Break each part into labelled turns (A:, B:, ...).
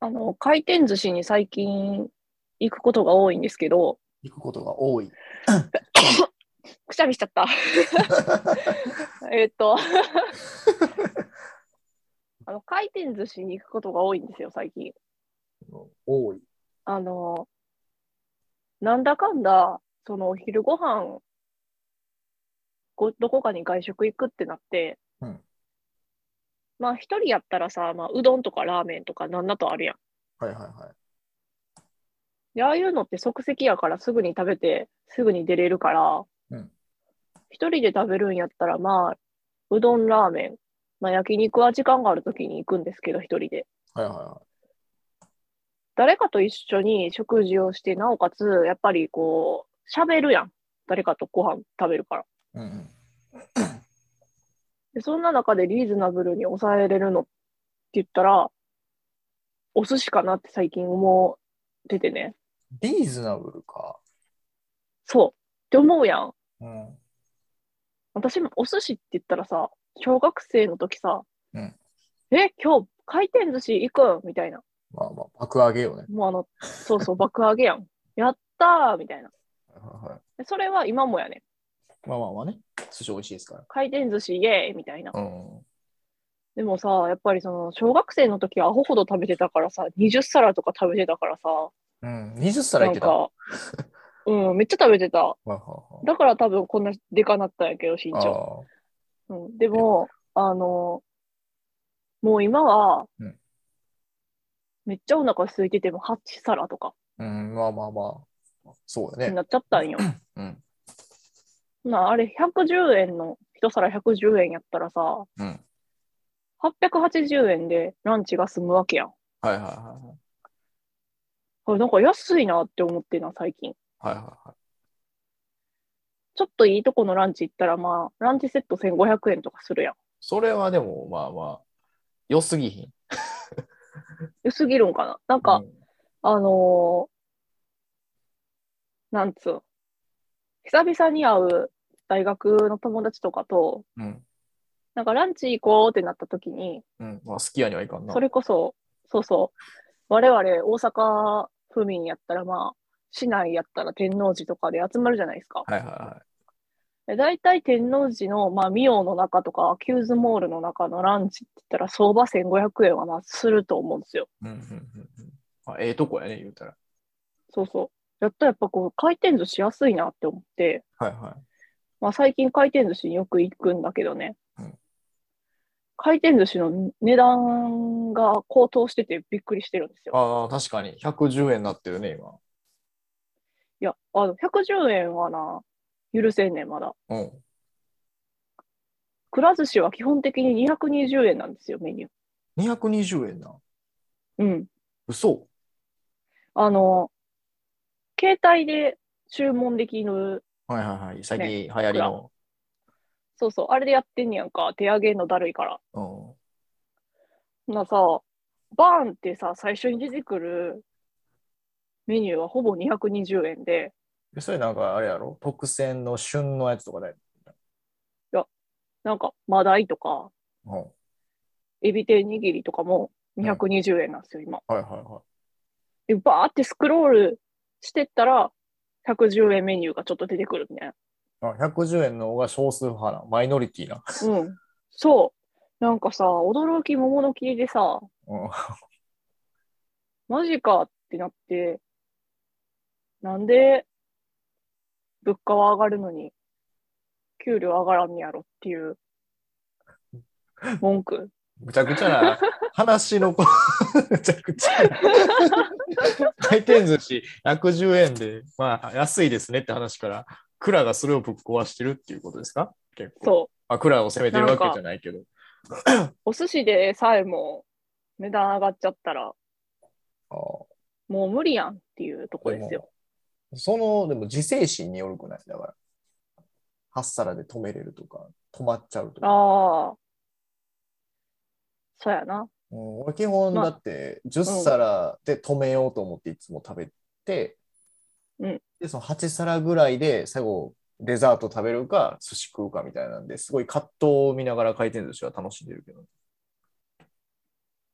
A: あの、回転寿司に最近行くことが多いんですけど、
B: 行くことが多い。
A: くしゃみしちゃ った。えーっと。あの、回転寿司に行くことが多いんですよ、最近。
B: 多い。
A: あの、なんだかんだ、そのお昼ご飯ごどこかに外食行くってなって、
B: うん
A: まあ一人やったらさ、まあ、うどんとかラーメンとかなんだとあるやん。
B: はいはいはい。
A: で、ああいうのって即席やからすぐに食べて、すぐに出れるから、
B: うん
A: 一人で食べるんやったら、まあ、うどん、ラーメン、まあ焼肉は時間があるときに行くんですけど、一人で。
B: はいはいは
A: 誰かと一緒に食事をして、なおかつ、やっぱりこう、喋るやん。誰かとご飯食べるから。
B: い。うんうん。
A: で、そんな中でリーズナブルに抑えれるのって言ったら、お寿司かなって最近思っててね。
B: リーズナブルか。
A: そう。って思うやん。
B: うん。
A: 私もお寿司って言ったらさ、小学生の時さ、
B: うん
A: え、今日回転寿司行くみたいな。
B: まあまあ、爆上げよね。
A: もうあの、そう そう、爆上げやん。やったーみたいな。
B: はいは
A: でそれは今もやね。
B: い。まあまあまあね。寿司美味しいですから。
A: 回転寿司イエーイみたいな。
B: うん。
A: でもさ、やっぱりその、小学生の時アホほど食べてたからさ、20皿とか食べてたからさ、
B: うん。20皿
A: ないん
B: けた。は
A: か、うん、めっちゃ食べてた。
B: いはいはい。
A: だから多分こんなでかなったんやけど、身
B: あ
A: 長。う
B: あ。
A: ん、でも、あの、もう今は、
B: うん
A: めっちゃお腹空いてても8皿とか
B: うん、まあまあまあ。そうだ
A: に
B: ね。
A: なっちゃったんよ。
B: うん。
A: なあ、あれ110円の、一皿110円やったらさ、
B: うん。
A: 880円でランチが済むわけやん。
B: はいはいはいはい。
A: これなんか安いなって思ってな、最近。
B: はいはいは
A: ちょっといいとこのランチ行ったら、まあ、ランチセット1500円とかするやん。
B: い。それはでも、まあまあ、良すぎひん。
A: 良すぎるんかななんか、
B: うん
A: あのーなんつう、久々に会う大学の友達とかと、
B: うん。
A: なんかランチ行こうってなった時に、
B: うん。まあ、好きやにはいかんな。
A: それこそ、そうそう、我々大阪府民やったら、まあ、市内やったら天王寺とかで集まるじゃないですか。
B: はいはいは
A: で大体天王寺の、まあ、ミオの中とか、キューズモールの中のランチって言ったら、相場1500円はまあすると思うんですよ。
B: い。うんうんうんうん。まあ、ええとこやね、言うたら。
A: そうそう。やったらやっぱこう回転寿司安いなって思って、
B: はいは
A: まあ、最近回転寿司によく行くんだけどね、
B: うん
A: 回転寿司の値段が高騰しててびっくりしてるんです
B: い。
A: よ。
B: ああ、確かに。110円になってるね、今。
A: いや、あの110円はな、許せんねん、まだ。
B: うん。
A: くら寿司は基本的に220円なんですよ、メニュー。
B: 220円な。
A: うん。
B: 嘘
A: あの、携帯で注文できる、
B: はいはいはい。最近流行りの。
A: そうそう、あれでやってんねやんか、手上げんのだるいから。
B: うん。
A: なさ、バーンってさ、最初に出てくるメニューはほぼ220円で、
B: でそれなんかあれやろ特選の旬のやつとかだよ。
A: なんか、マダイとか、
B: うん。はい
A: エビ天握りとかも220円なんですよ、今。
B: はいは
A: で、バーってスクロールしてったら、110円メニューがちょっと出てくるみたい
B: い。あ110円の方が少数派な、マイノリティな。
A: な。うん。そう。なんかさ、驚き桃の木でさ、
B: うん。
A: マジかってなって、なんで物価は上がるのに、給料上がらんねやろっていう文句。
B: むちゃくちゃな、話のこ、 むちゃくちゃな。回転寿司110円で、まあ安いですねって話から、クラがそれをぶっ壊してるっていうことですか結構。
A: そ
B: まあ、クラを責めてるわけじゃないけど。
A: う。お寿司でさえも値段上がっちゃったら、
B: ああ
A: もう無理やんっていうとこですよ。
B: その、でも自制心によるくないだから。8皿で止めれるとか、止まっちゃうとか。
A: ああ。そうやな。
B: うん俺基本
A: まあ
B: だって10皿で止めようと思っていつも食べて、
A: うん
B: でその8皿ぐらいで最後デザート食べるか寿司食うかみたいなんですごい葛藤を見ながら回転寿司は楽しんでるけど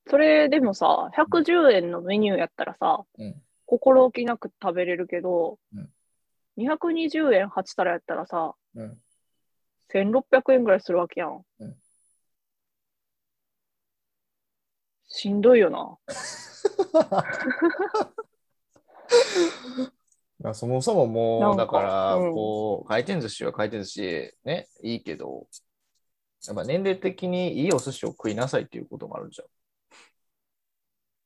A: それでもさ、110円のメニューやったらさ、
B: うん
A: 心置きなく食べれるけど、
B: うん
A: 220円8皿やったらさ、
B: うん
A: 1600円ぐらいするわけやん。
B: うん
A: しんどいよな。
B: まあそもそも
A: なん
B: もう、
A: か
B: だから、
A: うん
B: こう、回転寿司は回転寿司でね、いいけど、やっぱ年齢的にいいお寿司を食いなさいっていうこともあるじゃん。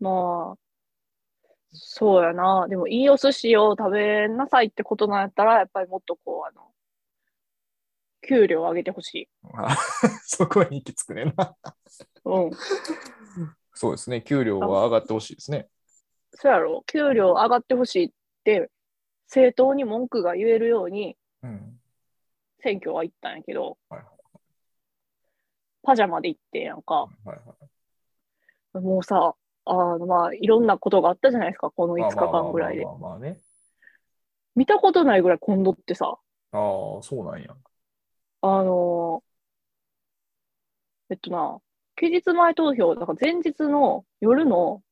A: まあ、そうやな。でも、いいお寿司を食べなさいってことなんやったら、やっぱりもっとこう、あの、給料を上げてほしい。
B: あ そこに行き着くねんな。
A: うん。
B: そうですね、給料は上がってほしいですね。
A: そうやろ。給料上がってほしいって、正当に文句が言えるように、
B: うん。
A: 選挙は行ったんやけど
B: はいはい、
A: パジャマで行ってんやんか。
B: はい
A: もうさ、あの、まあ、いろんなことがあったじゃないですか、この
B: はい。
A: 5日間ぐらいで
B: ま。あまあまあまあまあね。
A: 見たことないぐらい混んどってさ、
B: ああ、そうなんや。
A: あのーえっとな、期日前投票、だから前日の夜の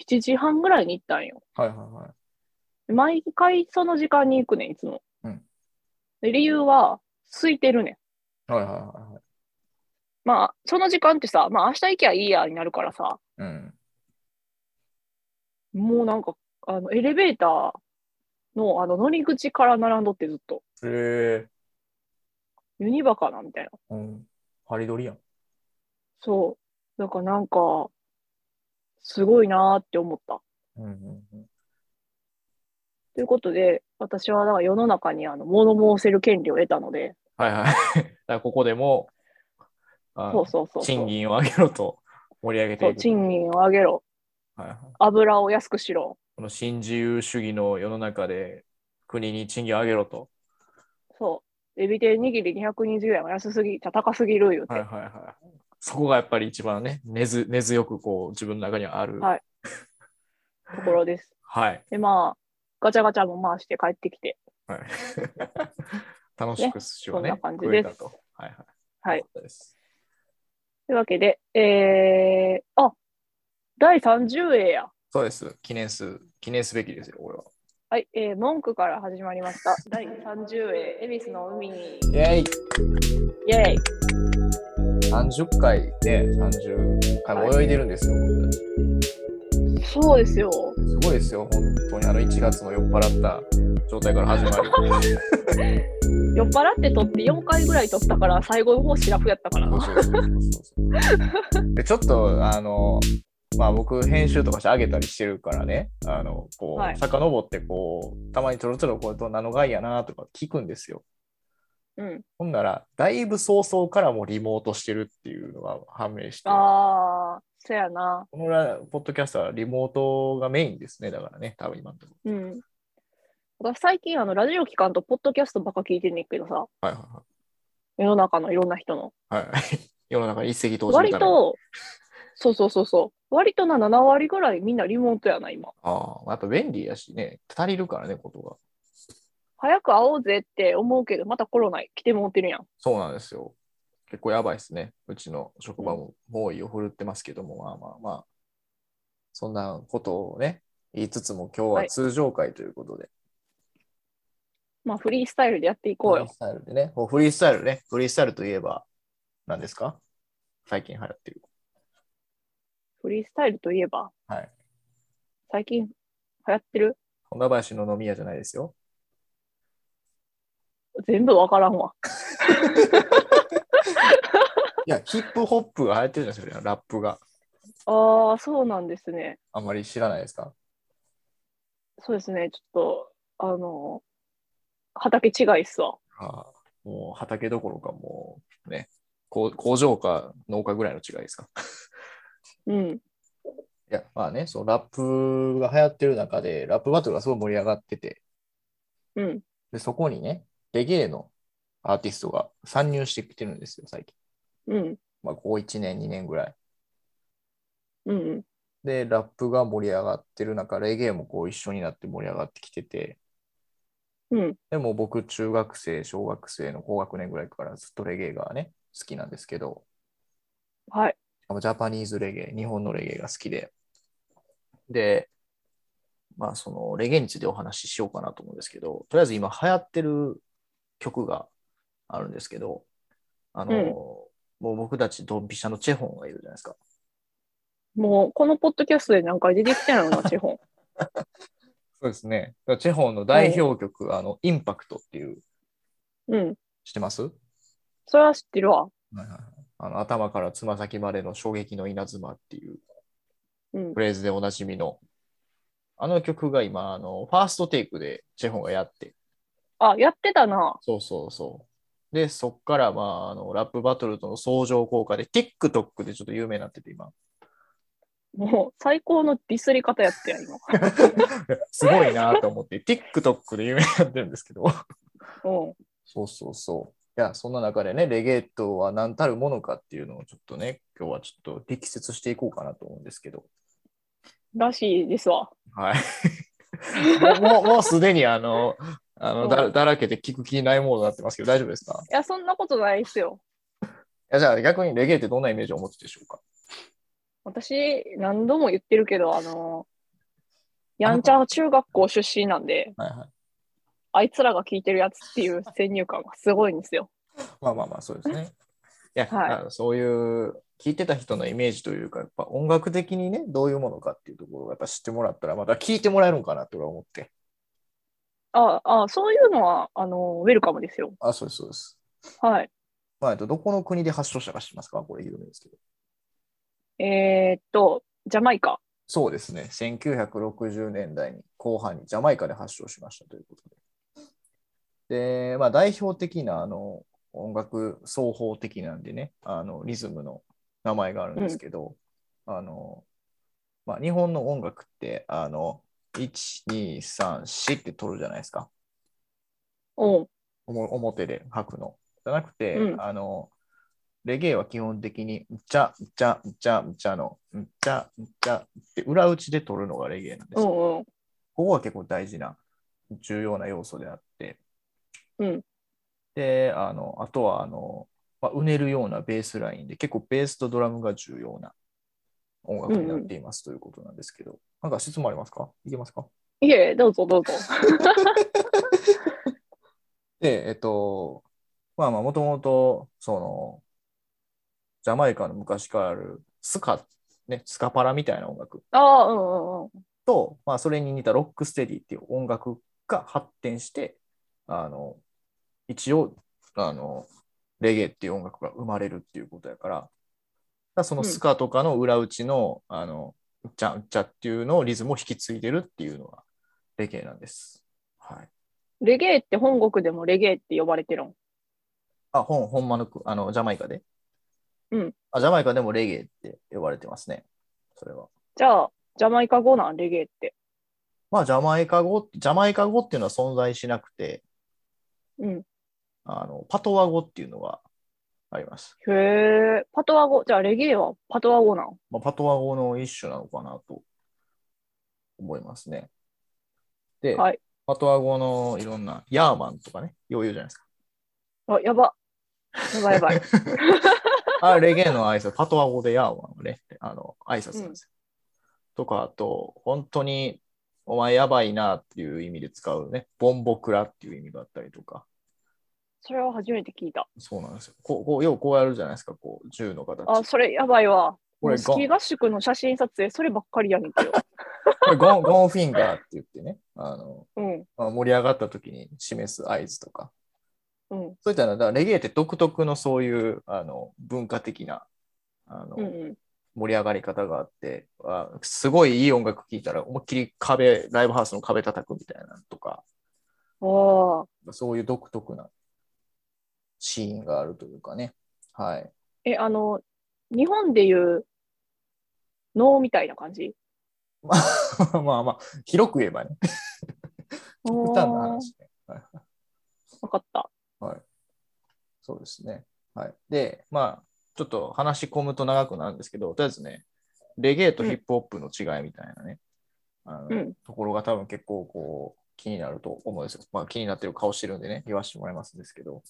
A: 7時半ぐらいに行ったんよ。
B: はいはいはい。
A: 毎回その時間に行くねん、いつも。
B: うん
A: で理由は、空いてるねん。
B: はいはいはいはい。
A: まあ、その時間ってさ、まあ明日行きゃいいやになるからさ、
B: うん。
A: もうなんか、あの、エレベーターのあの乗り口から並んどってずっと、
B: え
A: ユニバかなみたいな。
B: ー、うん。ハリドリやん。
A: そう。だからなんか、すごいなーって思った。
B: うんうんうん。
A: ということで、私はだから世の中にあの物申せる権利を得たので、
B: はい はい。だからここでも、あ
A: そうそうそうそう。
B: 賃金を上げろと盛り上げ
A: そ
B: て
A: う
B: いく。
A: 賃金を上げろ、
B: はいはい、
A: 油を安くしろ、
B: この新自由主義の世の中で国に賃金を上げろと。
A: そう、エビ天握り220円は安すぎ、高すぎる言うて、
B: はいはいはい。そこがやっぱり一番ね、根ず根強くこう自分の中にはある。
A: はいところです。
B: はい。
A: で、まあ、ガチャガチャも回して帰ってきて、
B: はい 楽しく寿司を
A: ね
B: ね、
A: そんな感じです
B: 食えたと。はいはい。
A: はい
B: よかったです。
A: というわけで、えー、あ第30映や。
B: そうです。記念す、記念すべきですよ、俺は。
A: はい、えー、文句から始まりました。第30映、恵比寿の海に。
B: イェイ
A: イェイ
B: !30 回ね、30回も泳いでるんですよ、僕たち
A: そうですよ。
B: すごいですよ、本当に。あの1月の酔っ払った状態から始まり。
A: 酔っ払って撮って4回ぐらい撮ったから、最後の方シラフやったからな。
B: そうそうそう そうでちょっと、あの、まあ僕、編集とかして上げたりしてるからね、あの、こう、
A: はい
B: 遡って、こう、たまにちょろちょろこう、どんなのがいやなとか聞くんですよ。
A: うん。
B: ほんなら、だいぶ早々からもうリモートしてるっていうのが判明して、こ
A: あー、そやな。
B: のら、ポッドキャストはリモートがメインですね、だからね、多分今のとこ
A: うん。私最近あのラジオ聞かんとポッドキャストばっか聞いてんねんけどさ、
B: ろ。はいは
A: 世の中のいろんな人の。
B: いはい。はい、世の中に一石投じる
A: 割
B: ために。
A: と、そうそうそうそう。割とな7割ぐらいみんなリモートやな、今。
B: ああ、やっぱ便利やしね、足りるからね、ことが。
A: 早く会おうぜって思うけど、またコロナ来てもうてるやん。
B: そうなんですよ。結構やばいですね。うちの職場も猛威を振るってますけども、まあまあまあ、そんなことをね、言いつつも今日
A: は
B: はい通常会ということで、
A: まあフリースタイルでやっていこう
B: フリー
A: よ。
B: スタイルでね、もうフリースタイルね、フリースタイルといえば何ですか最近流行ってる。
A: フリースタイルといえば、
B: はい。
A: 最近流行ってる
B: 本田林の飲み屋じゃないで すよ。
A: 全部わからんわ。
B: いや、ヒップホップが流行ってるじゃないですか、ラップが。
A: ああ、そうなんですね。
B: あんまり知らないですか
A: そうですね。ちょっと、あの、畑違いっすわ。
B: ああもう畑どころかもうね、こう工場か農家ぐらいの違いですか
A: うん。
B: いや、まあね、そう、ラップが流行ってる中で、ラップバトルがすごい盛り上がってて、
A: うん。
B: で、そこにね、レゲエのアーティストが参入してきてるんですよ、最近。
A: うん。
B: まあ、ここ1年、2年ぐらい。
A: うんうん。
B: で、ラップが盛り上がってる中、レゲエもこう一緒になって盛り上がってきてて、
A: うん。
B: でも僕、中学生、小学生の高学年ぐらいからずっとレゲエがね、好きなんですけど、
A: はい。
B: ジャパニーズレゲエ、日本のレゲエが好きで、で、まあそのレゲエについてお話ししようかなと思うんですけど、とりあえず今流行ってる曲があるんですけど、あの、
A: うん
B: もう僕たちドンピシャのチェホンがいるじゃないですか。
A: もう、このポッドキャストで何回出てきたのな、地方。
B: そうですね。だからチェホンの代表曲、あの、インパクトっていう、
A: うん。
B: 知ってます
A: それは知ってるわ。
B: あの頭からつま先までの衝撃の稲妻っていう
A: うん
B: フ。レーズでおなじみの、あの曲が今、あの、ファーストテイクでチェホンがやって、
A: あ、やってたな。
B: そうそうそう。で、そっから、まあ、あの、ラップバトルとの相乗効果で、TikTok でちょっと有名になってて、今。
A: もう、最高のディスり方やってや、今。
B: すごいなと思って、TikTok で有名になってるんですけど。
A: うん。
B: そうそうそう。いや、そんな中でね、レゲエとは何たるものかっていうのをちょっとね、今日はちょっと力説していこうかなと思うんですけど。
A: らしいですわ。
B: はい。 もう、もうすでにあの、あのだ
A: う
B: だらけて聞く気ないものになってますけど、大丈夫ですか
A: いや、そんなことないですよ。
B: いやじゃあ逆にレゲエってどんなイメージをお持ちでしょうか
A: 私、何度も言ってるけど、あの、やんちゃ中学校出身なんで、
B: はいはい。
A: あいつらが聞いてるやつっていう先入観がすごいんですよ。
B: まあまあまあ、そうですね。いや、
A: はい
B: あのそういう、聞いてた人のイメージというか、やっぱ音楽的にね、どういうものかっていうところをやっぱ知ってもらったら、また聞いてもらえるんかなって俺は思って。
A: ああ、そういうのは、あの、ウェルカムですよ。
B: あ、そうです、そうです。
A: はい。
B: まあ、えっと、どこの国で発症したか知ってますかこれ有名ですけど。
A: えーっと、ジャマイカ。
B: そうですね。1960年代に後半にジャマイカで発症しましたということで。で、まあ、代表的なあの音楽奏法的なんでね、あのリズムの名前があるんですけど、あのまあ、日本の音楽ってあの1、2、3、4って取るじゃないですか。
A: うん。
B: おも表で吐くの。じゃなくて、
A: うん
B: あの、レゲエは基本的に、んちゃ、んちゃ、んちゃ、んちゃの、んちゃ、んちゃって裏打ちで取るのがレゲエなんです
A: う
B: よ。
A: んうん。
B: ここは結構大事な、重要な要素であって。
A: うん
B: で、あの、あとは、あの、まあ、うねるようなベースラインで、結構ベースとドラムが重要な音楽になっていますということなんですけど、なんか質問ありますかいけますか
A: いえ、どうぞ どうぞ。
B: で、えっと、まあまあ、もともと、その、ジャマイカの昔からあるスカ、ね、スカパラみたいな音楽
A: ああ、うんうんうん。
B: と、まあ、それに似たロックステディっていう音楽が発展して、あの、一応、あの、レゲエっていう音楽が生まれるっていうことやから、だからそのスカとかの裏打ちの、あの、うっちゃんうっちゃっていうのをリズムを引き継いでるっていうのがレゲエなんです。はい。
A: レゲエって本国でもレゲエって呼ばれてるん。
B: あ、ほん、ほんまのく、あの、ジャマイカで。
A: うん。
B: あ、ジャマイカでもレゲエって呼ばれてますね。それは。
A: じゃあ、ジャマイカ語なん、レゲエって。
B: まあ、ジャマイカ語、ジャマイカ語っていうのは存在しなくて、
A: うん。
B: あの、パトワ語っていうのがあります。
A: へえ、パトワ語。じゃあ、レゲエはパトワ語なん。
B: まあ、パトワ語の一種なのかなと思いますね。で、
A: はい
B: パトワ語のいろんな、ヤーマンとかね、よう言うじゃないですか。
A: あ、やば。やばいや ばい。
B: あレゲエの挨拶、パトワ語でヤーマンをね、あの、挨拶なんですよ。とか、あと、本当に、お前やばいなっていう意味で使うね、ボンボクラっていう意味があったりとか、
A: それは初めて聞いた。
B: そうなんですよ。こう、こうようこうやるじゃないですか、こう、銃の形。
A: あ、それやばいわ。
B: これ
A: ス
B: ゴ
A: キー
B: ン、
A: 合宿の写真撮影、そればっかりやねんけど。
B: これゴン、ゴンフィンガーって言ってね、あの、
A: うん、
B: まあ盛り上がった時に示す合図とか、
A: うん、
B: そういったのは、だからレゲエって独特のそういう、あの、文化的な、あの、
A: うん、うん。
B: 盛り上がり方があって、あすごいいい音楽聴いたら思いっきり壁、ライブハウスの壁叩くみたいなのとか、
A: ああ。
B: そういう独特なシーンがあるというかね。はい。
A: え、あの、日本でいう、能みたいな感じ
B: まあまあまあ、広く言えばね、 歌の
A: あー
B: 話ね。
A: わかった。
B: はい。そうですね。はい。で、まあ、ちょっと話し込むと長くなるんですけど、とりあえずね、レゲエとヒップホップの違いみたいなね、あの
A: うん
B: ところが多分結構こう気になると思うんですよ。まあ気になってる顔してるんでね、言わせて も らいますんですけど。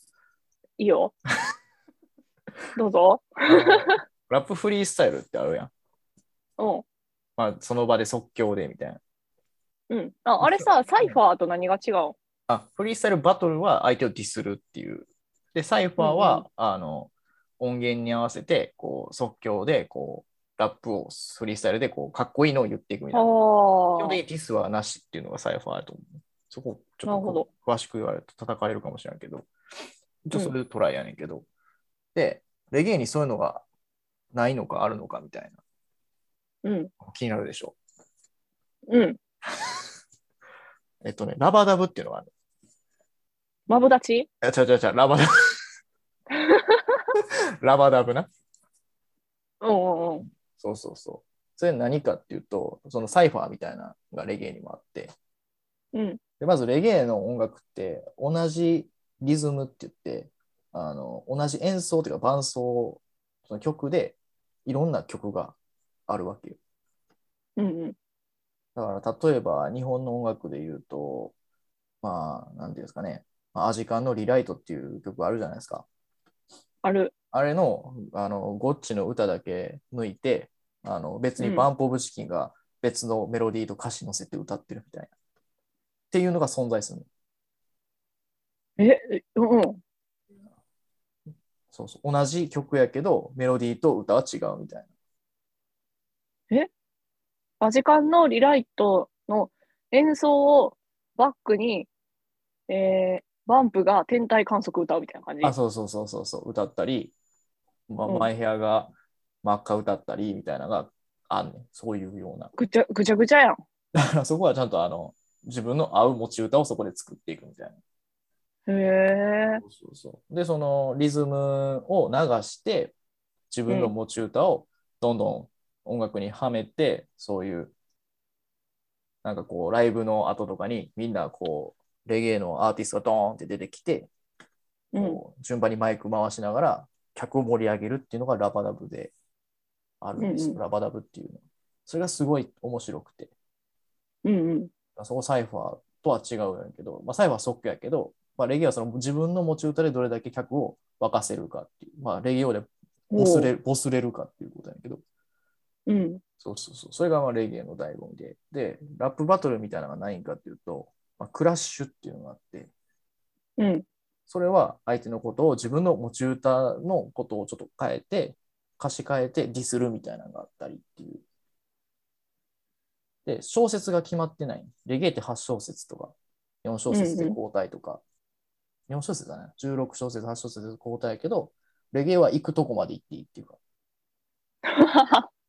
A: いいよ。どうぞ。
B: あのラップフリースタイルってあるやん。
A: うん。
B: まあ、その場で即興でみたいな。
A: うん。ああれさ、サイファーと何が違う
B: あ、フリースタイルバトルは相手をディスるっていう。で、サイファーは、
A: うん
B: あの、音源に合わせて、こう、即興で、こう、ラップをフリースタイルで、こう、かっこいいのを言っていくみたい
A: あ
B: な。基本
A: あ
B: 的。にディスはなしっていうのがサイファーだと思う。そこ、ち
A: な
B: ょ
A: るほ
B: っと
A: ど
B: 詳しく言われると戦えるかもしれんけど、ちょっとそれトライやねんけど。で、レゲエにそういうのがないのかあるのかみたい
A: うん。
B: な。気になるでしょ。
A: うん。
B: えっとね、ラバダブっていうのがある。
A: マブダチ
B: あ、ちゃうちゃうちゃう、ラバダブ。 ラバダブな。
A: うんうんうん。
B: そうそうそう。それ何かっていうと、そのサイファーみたいなのがレゲエにもあって、
A: うん。
B: でまずレゲエの音楽って同じリズムって言って、あの同じ演奏というか伴奏その曲でいろんな曲があるわけよ。
A: うんうん。
B: だから例えば日本の音楽で言うと、まあ、なんていうんですかね、まあアジカンのリライトっていう曲あるじゃないですか。
A: ある。
B: あれの、あの、ゴッチの歌だけ抜いて、あの、別に
A: うん
B: バンプオブチキンが別のメロディーと歌詞乗せて歌ってるみたいな。っていうのが存在するの。
A: え、えうんうん。
B: そうそう。同じ曲やけど、メロディーと歌は違うみたい
A: バジカンのリライトの演奏をバックに、えー、バンプが天体観測歌うみたいな感じ。
B: な。あ、そうそうそうそうそう。歌ったり、まあ、
A: うん
B: マイヘアが真っ赤歌ったりみたいなのがあんねん。そういうような。
A: ぐちゃぐちゃぐちゃやん。
B: だからそこはちゃんとあの、自分の合う持ち歌をそこで作っていくみたいな。
A: へえ。
B: そうそうそうで、そのリズムを流して、自分の持ち歌をどんどん音楽にはめて、そういう、なんかこう、ライブの後とかに、みんなこう、レゲエのアーティストがドーンって出てきて、
A: うん。
B: こう順番にマイク回しながら、客を盛り上げるっていうのがラバダブであるんです
A: うん
B: よ、
A: うん
B: ラバダブっていうの。それがすごい面白くて、
A: うんうん。
B: そこサイファーとは違うんやけど、まあ、サイファーは即興やけど、まあ、レゲエはその自分の持ち歌でどれだけ客を沸かせるかっていう、まあ、レゲエをでボスれボスれるかっていうことやけど、
A: うん。
B: そうそうそう、それがまあレゲエの醍醐味で、で、ラップバトルみたいなのがないんかっていうと、まあ、クラッシュっていうのがあって、
A: うん。
B: それは相手のことを自分の持ち歌のことをちょっと変えて、歌詞変えてディスるみたいなのがあったりっていう。で、小節が決まってない。レゲエって8小節とか、4小節で交代とか、4小節だね。16小節、8小節で交代やけど、レゲエは行くとこまで行っていいっていうか、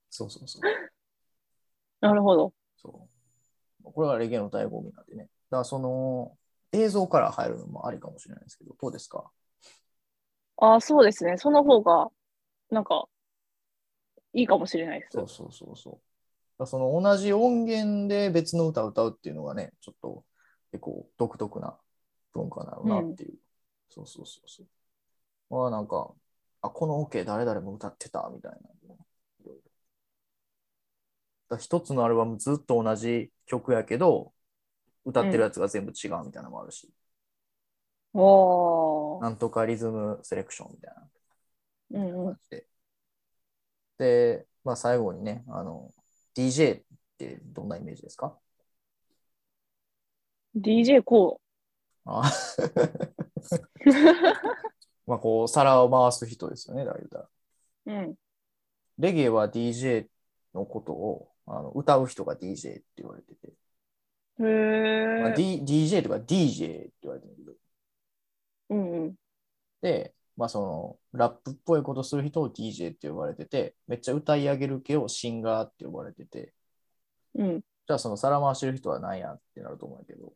B: そうそうそう。
A: なるほど。
B: そうこれがレゲエの醍醐味なんでね。だからその映像から入るのもありかもしれないですけど、どうですか
A: あ、そうですね。その方が、なんか、いいかもしれないです。
B: そうそうそうそう。だからその同じ音源で別の歌を歌うっていうのがね、ちょっと結構独特な文化なのなっていう。そうそうそうそう。まあなんか、あ、このオ、ケ誰々も歌ってたみたいな、いろいろだから一つのアルバムずっと同じ曲やけど、歌ってるやつが全部違うみたいなのもあるし、
A: おー。
B: なんとかリズムセレクションみたいな。
A: うんうん。
B: で、でまあ、最後にね、あの、DJ ってどんなイメージですか
A: DJ こ
B: あ
A: う。
B: まあ、こう、皿を回す人ですよね、だから言うたら。
A: うん。
B: レゲエは DJ のことを、あの歌う人が DJ って言われてて、
A: へ
B: まあ
A: え。
B: D、DJ とか DJ って言われてるんだけど、
A: うんうん。
B: で、まあ、その、ラップっぽいことする人を DJ って呼ばれてて、めっちゃ歌い上げる系をシンガーって呼ばれてて、
A: うん。
B: じゃあその皿回してる人は何やってなると思うんやけど、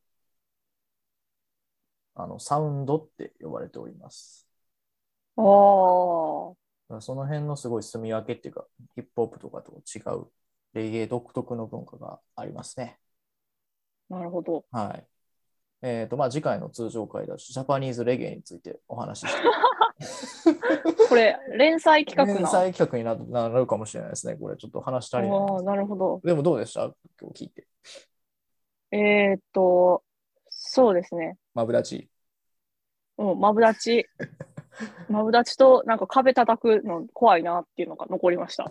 B: あの、サウンドって呼ばれております。
A: あー。
B: だからその辺のすごい住み分けっていうか、ヒップホップとかと違う、レゲエ独特の文化がありますね。
A: なるほど。
B: はい。えっ、と、まあ、次回の通常会だと、ジャパニーズレゲエについてお話しして、
A: これ、連載 企画
B: 連
A: な。
B: 載企画にななるかもしれないですね。これ、ちょっと話したりない
A: ああ、なるほど。
B: でもどうでした今日聞いて。
A: えーっと、そうですね。
B: マブダチ。
A: うん、マブダチ。マブダチとなんか壁叩くの怖いなっていうのが残りました。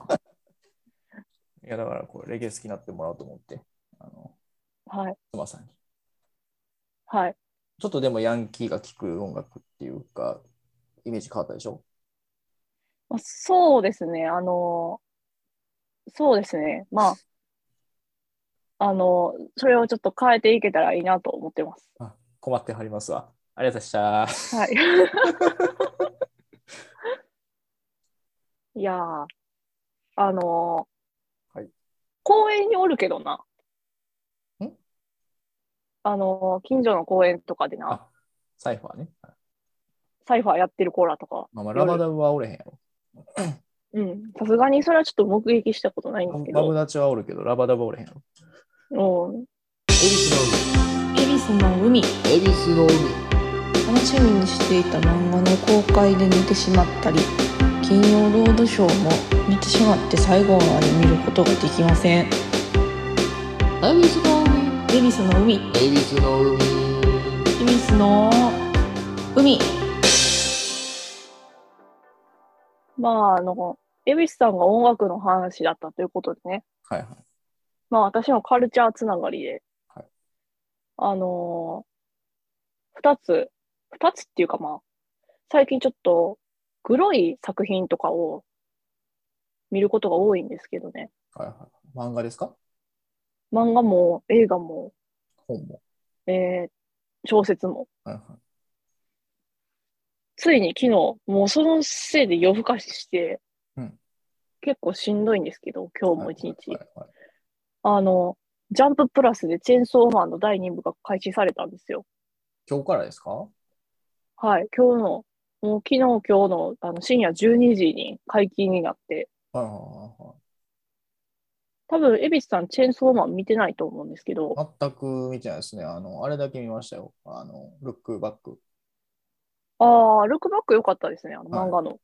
B: いや、だからこれレゲエ好きになってもらおうと思って、あの、
A: はい。
B: 妻さんに。
A: はい。
B: ちょっとでもヤンキーが聴く音楽っていうか、イメージ変わったでしょ
A: まあ、そうですね。あの、そうですね。まあ、あの、それをちょっと変えていけたらいいなと思ってます。
B: あ困ってはりますわ。ありがとうございました。
A: はい。 いやー、あのー
B: はい
A: 公園におるけどな。
B: ん
A: あのー近所の公園とかでな、
B: あ、サイファーね。
A: サイファーやってるコーラとか、
B: まあ、まあラバダブはおれへんやろ。
A: うん、さすがにそれはちょっと目撃したことないんですけ
B: マブ
A: ど、
B: ダチはおるけど、ラバダブはおれへんやろ。
A: うん、
B: 恵比寿
C: 恵比寿の海
B: の海。恵比寿の海。
C: 楽しみにしていた漫画の公開で寝てしまったり金曜ロードショーも寝てしまって最後まで見ることができません
B: 恵比寿の海。
C: 恵比寿の海恵
B: 恵比寿の海。
C: 比寿の海
A: まあ、あの、恵比寿さんが音楽の話だったということでね、
B: はいはい。
A: まあ私もカルチャーつながりで、
B: はい
A: あのー二つ、二つっていうかまあ、最近ちょっと黒い作品とかを見ることが多いんですけどね。
B: はいはい。漫画ですか
A: 漫画も映画も、
B: 本も。
A: えー小説も。
B: はいはい。
A: ついに昨日、もうそのせいで夜更かしして、
B: うん
A: 結構しんどいんですけど、今日も一日。
B: はいはい
A: あの、ジャンププラスでチェーンソーマンの第2部が開始されたんですよ。
B: 今日からですか
A: はい、今日の、もう昨日、今日の、あの深夜12時に解禁になって、
B: はいはいは
A: 多分、恵比寿さん、チェーンソーマン見てないと思うんですけど
B: い、はい。全く見てないですね。あの、あれだけ見ましたよ。あの、ルックバック。
A: ああ、ルックバック良かったですね、あの
B: はい
A: 漫画の。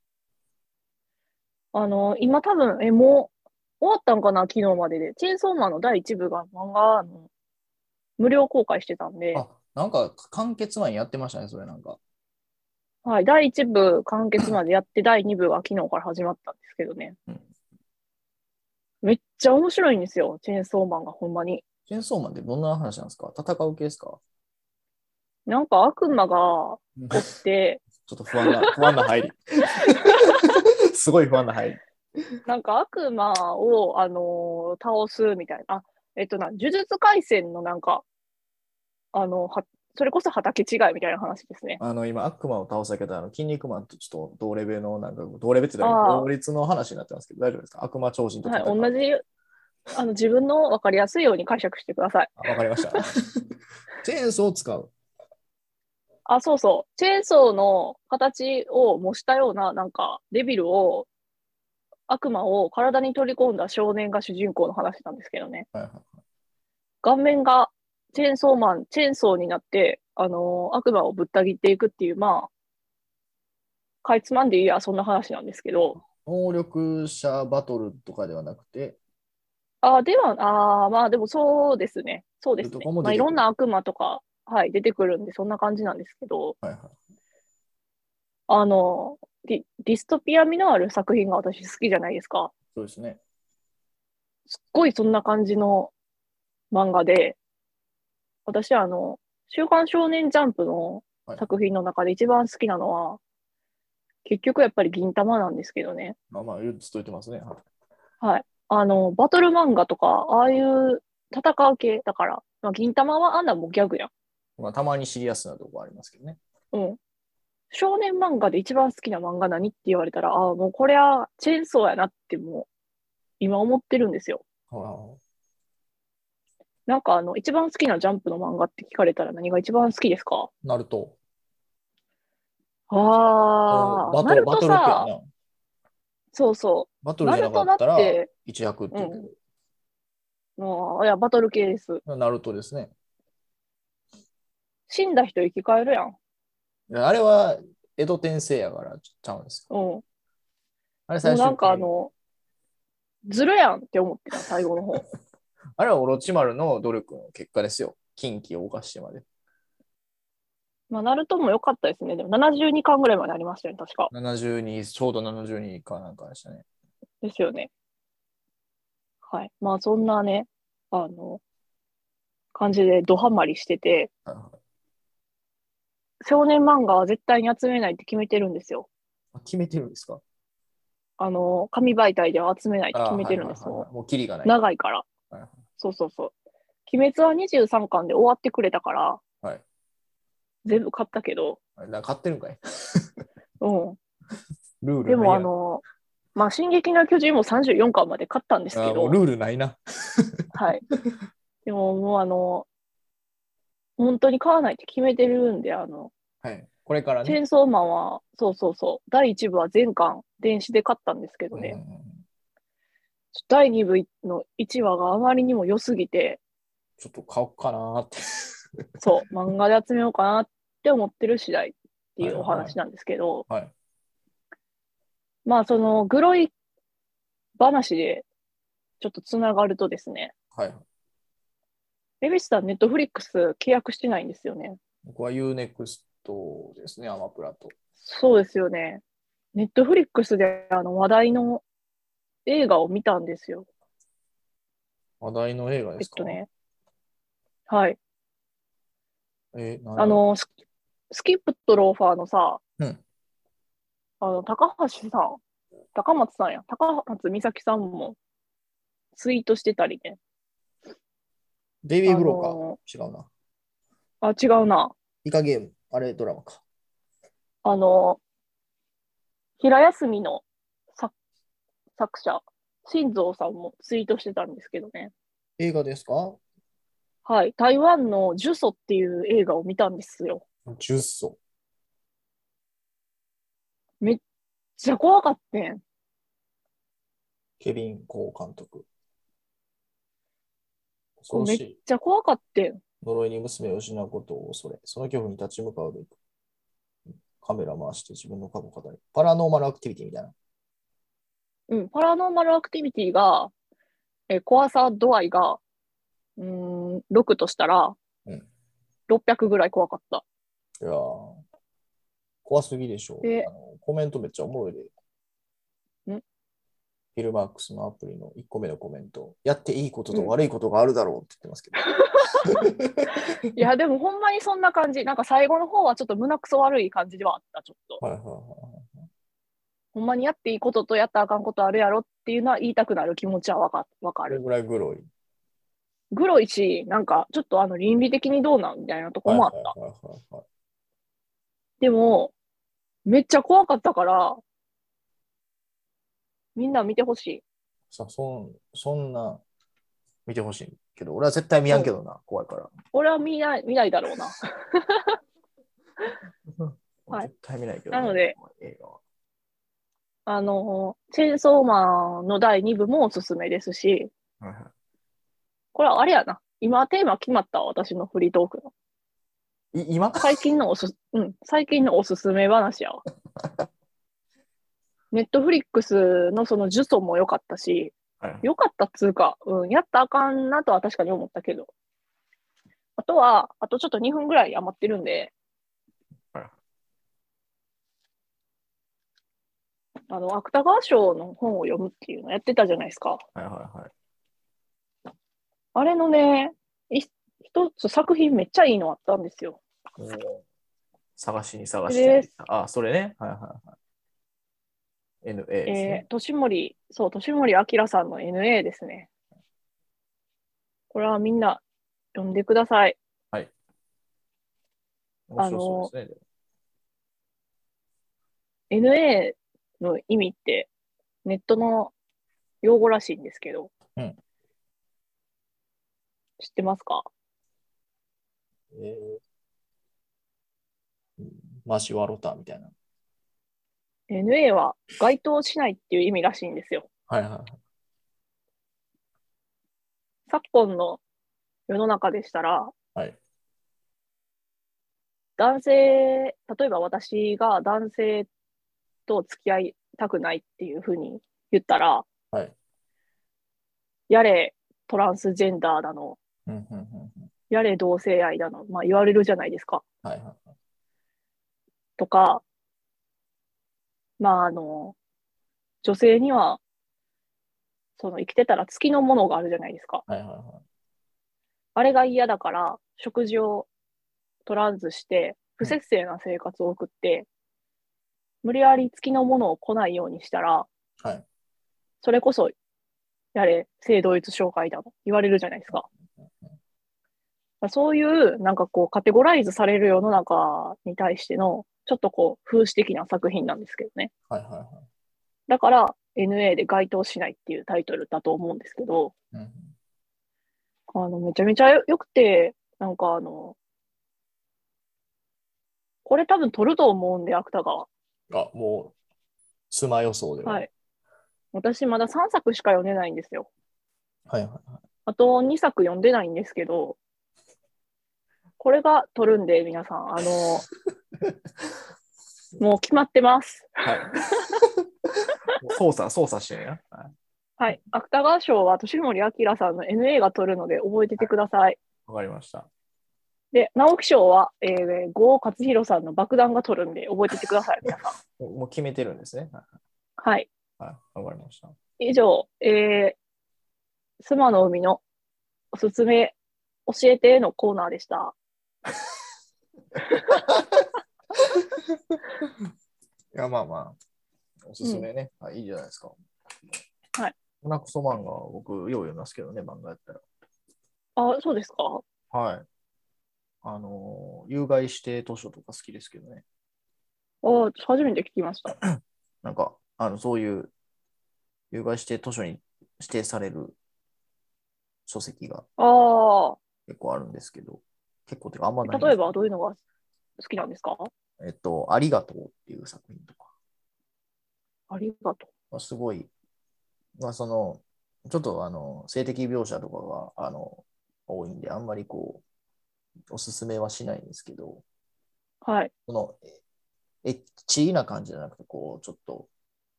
A: あの、今多分、え、もう終わったんかな、昨日までで。チェーンソーマンの第1部が漫画の無料公開してたんで、
B: あ、なんか完結前にやってましたね、それなんか。
A: はい、第1部完結までやって、第2部が昨日から始まったんですけどね
B: うん。
A: めっちゃ面白いんですよ、チェーンソーマンがほんまに。
B: チェーンソーマンってどんな話なんですか戦う系ですか
A: なんか悪魔が
B: うん
A: おって、
B: ちょっと不 安な、不安な入り。 すごい不安な入り。
A: なんか悪魔を、あのー倒すみたいな。あ、えっとな、呪術廻戦のなんか、あの、はそれこそ畑違いみたいな話ですね。
B: あの、今、悪魔を倒したけど、あの、筋肉マンとちょっと同レベルの、なんか、同レベルって言った
A: あ
B: ら
A: ー
B: 同率の話になってますけど、大丈夫ですか悪魔超人と
A: は
B: 戦
A: い、
B: う
A: 同じ、あの、自分の分かりやすいように解釈してください。
B: あわかりました。 チェーンソーを使う。
A: あ、そうそう。チェーンソーの形を模したような、なんか、デビルを、悪魔を体に取り込んだ少年が主人公の話なんですけどね。
B: はいはい
A: 顔面がチェーンソーマン、チェーンソーになって、あのー悪魔をぶった切っていくっていう、まあ、かいつまんで言えばそんな話なんですけど、
B: 能力者バトルとかではなくて、
A: あーでは、あーまあでもそうですね、そうです
B: そう
A: ね
B: いうとこ。も出
A: まあ、
B: てくる
A: いろんな悪魔とか、はい、出てくるんで、そんな感じなんですけど、
B: はいはい、
A: あのディ、ディストピア味のある作品が私好きじゃないですか。
B: そうですね。
A: すっごいそんな感じの漫画で、私あの、週刊少年ジャンプの作品の中で一番好きなのは、結局やっぱり銀玉なんですけどね。
B: まあまあ、ずっと言ってますね。はい
A: はい。あの、バトル漫画とか、ああいう戦う系だから、まあ、銀玉はあんなもうギャグやん。
B: まあ、たまにシリアスなとこありますけどね。
A: うん。少年漫画で一番好きな漫画何って言われたら、ああ、もうこれはチェーンソーやなってもう、今思ってるんですよ。
B: はいはいはい
A: なんかあの、一番好きなジャンプの漫画って聞かれたら何が一番好きですか
B: ナルト。
A: ああ、
B: バ
A: ナ
B: トル
A: ル
B: バ
A: ト
B: トル系や
A: さ、
B: な。
A: そうそ
B: バト
A: う、
B: ル
A: ナ
B: じゃ
A: ル
B: なか
A: トだ
B: っ
A: った
B: ら、
A: て、
B: 一躍っていうけど
A: もう、いや、バトル系です。
B: ナルトですね。
A: 死んだ人生き返るやん。
B: いやあれは江戸天聖やからちゃうんですよ。
A: うん。も
B: あれ
A: う
B: 最初
A: なんかあの、ずるやんって思ってた、最後の 方。
B: あれはオロチマルの努力の結果ですよ。近畿を犯してまで。
A: まあ、ナルトも良かったですね。でも72巻ぐらいまでありましたよね、確か。
B: 72、ちょうど72かなんかでしたね。
A: ですよね。はい。まあ、そんなね、あの、感じでドハマりしてて、
B: はいはい
A: 少年漫画は絶対に集めないって決めてるんですよ。
B: あ決めてるんですか
A: あの、紙媒体では集めないって決めてるんです
B: あーはいはい
A: よ。
B: はいはいもうキリがない。
A: 長いから
B: はいはい。
A: そうそうそう。鬼滅は23巻で終わってくれたから、
B: はい
A: 全部買ったけど、
B: あれな買ってるんかい
A: うん。
B: ルールない
A: で
B: やん
A: も、あの、まあ、進撃の巨人も34巻まで買ったんですけ
B: あも
A: ど
B: う、ルールないな。
A: はい。でも、もうあの、本当に買わないって決めてるんで、あの、
B: はい。これから
A: チェー
B: ね。
A: ンソーマンは、そうそうそう、第1部は全巻、電子で買ったんですけどね、
B: うんうんうん
A: ちょ第2部の1話があまりにも良すぎて、
B: ちょっと買おうかなーって。
A: そう、漫画で集めようかなって思ってる次第っていうお
B: はいはいはい
A: 話なんですけど、
B: はい。
A: まあ、その、グロい話で、ちょっとつながるとですね、
B: はい。
A: レビスさん、ネットフリックス契約してないんですよね。
B: 僕は UNEXT ですね、アマプラと。
A: そうですよね。ネットフリックスであの話題の映画を見たんですよ。
B: 話題の映画
A: え
B: で
A: っ
B: すか
A: と。ね。はい。
B: えー、
A: あの、ススキップとローファーのさ、
B: うん
A: あの、高橋さん、高松さんや、高松美咲さんもツイートしてたりね。
B: デイビー・ブローか。
A: あの
B: 違うな。
A: あ、違うな。
B: イカゲーム。あれ、ドラマか。
A: あの、平休みの作作者、新蔵さんもツイートしてたんですけどね。
B: 映画ですか
A: はい、台湾のジュソっていう映画を見たんですよ。
B: 10層。
A: じゃあ怖かってん。
B: ケビン・コー監督。恐
A: こう
B: ろ
A: め
B: し
A: っ
B: い。
A: ちゃ怖かってん。
B: 呪いに娘を失うことを恐れ、その恐怖に立ち向かうべく、カメラ回して自分の過去を語り、パラノーマルアクティビティみたいな。
A: うん、パラノーマルアクティビティが、え怖さ度合いが、うーん、6としたら
B: うん、
A: 600ぐらい怖かった。
B: いやー怖すぎでしょ
A: で
B: あの。コメントめっちゃおもろいで。
A: ん
B: フィルマークスのアプリの1個目のコメント、やっていいことと悪いことがあるだろうって言ってます け
A: い
B: ど。
A: や、でもほんまにそんな感じ。なんか最後の方はちょっと胸くそ悪い感じではあった、ちょっと。
B: はいはいはい。
A: ほんまにやっていいこととやったらあかんことあるやろっていうのは言いたくなる気持ちはわかわか
B: あ
A: る
B: れ。ぐらいグロい。
A: グロいし、なんかちょっとあの倫理的にどうなんみたいなとこもあった。
B: はいはいはいはいはい
A: でも、めっちゃ怖かったから、みんな見てほしい。
B: さそんそんな見てほしいけど、俺は絶対見やんけどな、怖いから。
A: 俺は見ない見ないだろうな。はい
B: 絶対見ないけど、
A: なので、
B: 映画は。
A: あの、チェーンソーマンの第2部もおすすめですし、
B: はいは
A: これはあれやな。今テーマ決まったわ私のフリートークの。
B: いい今
A: 最近のおす、 うん、最近のおすすめ話やわ。ネットフリックスのその呪詛も良かったし、
B: はい
A: 良かったっつうか、うん、やったらあかんなとは確かに思ったけど。あとは、あとちょっと2分ぐらい余ってるんで
B: はい、
A: あの、芥川賞の本を読むっていうのやってたじゃないですか。
B: はいはいはい。
A: あれのね、い一つ作品めっちゃいいのあったんですよ。
B: もう探しに探し
A: これで
B: て
A: す。
B: あ、それね。はいはいはい。NA です
A: え
B: ね。
A: ー、年森、そう、年森明さんの NA ですね。これはみんな読んでください。
B: 面白そうですね。
A: NA の意味って、ネットの用語らしいんですけど、
B: うん
A: 知ってますか
B: えーうんマシュワロタみたいな。
A: ?NA は該当しないっていう意味らしいんですよ。
B: はいはいはい。
A: 昨今の世の中でしたら、
B: はい
A: 男性、例えば私が男性と付き合いたくないっていうふうに言ったら、
B: はい
A: やれトランスジェンダーだの、
B: うんうんうんうん
A: やれ同性愛だの、まあ、言われるじゃないですか。
B: はいはいはい。
A: とか、まあ、あの、女性には、その生きてたら月のものがあるじゃないですか。
B: はいはいは
A: あれが嫌だから、食事を取らずして、不節制な生活を送って、無理やり月のものを来ないようにしたら、
B: はい
A: それこそ、やれ、性同一障害だと言われるじゃないですか。そういう、なんかこう、カテゴライズされる世の中に対しての、ちょっとこう、風刺的な作品なんですけどね。
B: い。はいはいはい。
A: だから、NA で該当しないっていうタイトルだと思うんですけど、
B: うんうん
A: あの、めちゃめちゃよくて、なんかあの、これ多分撮ると思うんで、芥川。
B: あ、もう、スマ予想では。
A: はい。私まだ3作しか読んでないんですよ。
B: はいはいはい。
A: あと2作読んでないんですけど、これが撮るんで、皆さん。あの、もう決まってます。
B: はい。操作、操作してんや。はい
A: はい。芥川賞は、年森明さんの NA が撮るので、覚えててください。
B: わかりました。
A: で、直木賞は、えー、郷勝弘さんの爆弾が撮るんで、覚えててください。皆さん。
B: もうもう決めてるんですね。は
A: はい。
B: いはい。わかりました。
A: 以上、えー、スマの海のおすすめ教えてのコーナーでした。
B: いや、まあまあ、おすすめね。あいいじゃないですか。
A: はい。
B: こんなクソ漫画は僕、よう読みますけどね、漫画やったら。
A: あ、そうですか
B: はい。あのー、有害指定図書とか好きですけどね。
A: あ初めて聞きました。
B: なんか、あの、そういう、有害指定図書に指定される書籍が
A: あ
B: 結構あるんですけど、結構てかあんまない
A: あ、
B: んです
A: 例え
B: けど
A: ばどういうのが好きなんですか
B: えっと、ありがとうっていう作品とか、
A: ありがと
B: まあ、すごい、まあ、その、ちょっとあの、性的描写とかが、あの、多いんで、あんまりこう、おすすめはしないんですけど、
A: う。はい。
B: その、えエッチな感じじゃなくて、こう、ちょっと、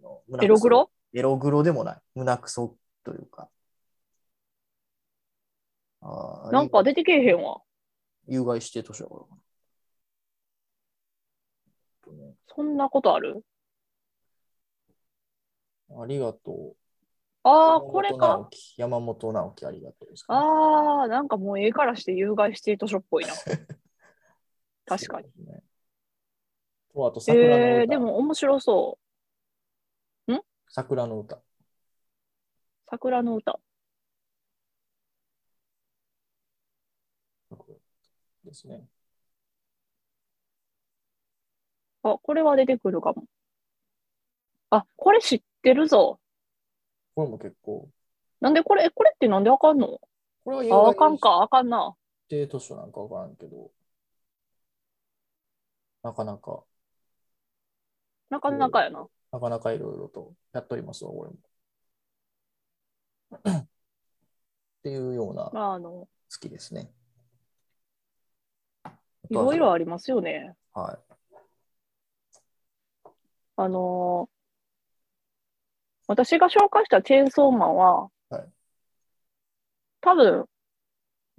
B: あの胸くそ
A: エログロ
B: エログロでもない。胸くそというか。あー
A: なんか出てけえへんわ。
B: 有害指定図書やからかなえっとね。
A: そんなことある
B: ありがとう。
A: ああ、これか。。
B: 山本直樹、ありがとうですかね、
A: ああ、なんかもう絵からして有害指定図書っぽいな。確かに。
B: そうですね。と、あと、 桜の歌。
A: えー、でも面白そう。
B: 桜の歌。
A: 桜の歌。
B: ですね。
A: あ、これは出てくるかも。あ、これ知ってるぞ。
B: これも結構。
A: なんでこれ、えこれってなんであかんの
B: これは
A: あ、あかんか、あかんな。
B: 指定図書なんかわからんけど。なかなか、
A: なかなかやな。
B: なかなかいろいろとやっておりますわ、俺も。 っていうような、
A: ま
B: 好
A: あ、あの、
B: きですね。
A: いろいろ
B: あ
A: ありますよね。
B: とは。はい。
A: あのー私が紹介したチェーンソーマンは、
B: はい
A: 多分、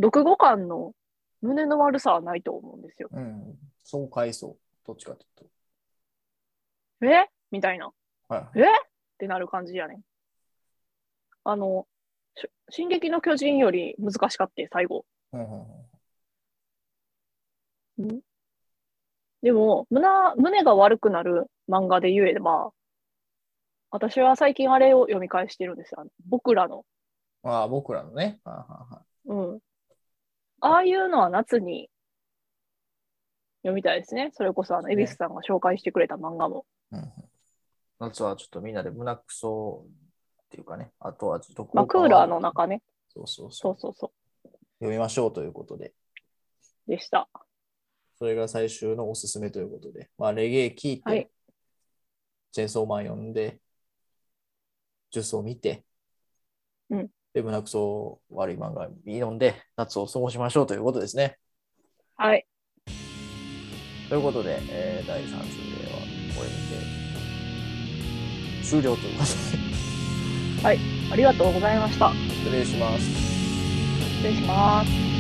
A: 読後感の胸の悪さはないと思うんですよ。
B: うん。そう回想。どっちかという
A: えみたいな。っ
B: と。はい。
A: てなる感じやねん。あの、し進撃の巨人より難しかって、最後。
B: うんうんうん
A: でも、胸、胸が悪くなる漫画で言えば、私は最近あれを読み返してるんですよ。あの僕らの。
B: ああ、僕らのね。はあはあはあ
A: うん。ああいうのは夏に読みたいですね。それこそ、あの、
B: そう
A: 恵
B: です
A: 比
B: ね
A: 寿さんが紹介してくれた漫画も。
B: うんうん夏はちょっとみんなで胸くそっていうかね、あとはちょっと、
A: まあ、クーラーの。中ね。
B: そうそうそ
A: そうう。そうそ
B: 読みましょうということで、
A: う。でした。
B: それが最終のおすすめということで、まあ、レゲエ聞いて、
A: はい
B: チェーンソーマン読んで、ジュースを見て、
A: うん
B: で、胸くそ悪い漫画読んで、夏を過ごしましょうということですね。
A: はい。
B: ということで、えー第3週ではこれにて終了ということで、
A: ありがとうございました。
B: 失礼します。
A: 失礼します。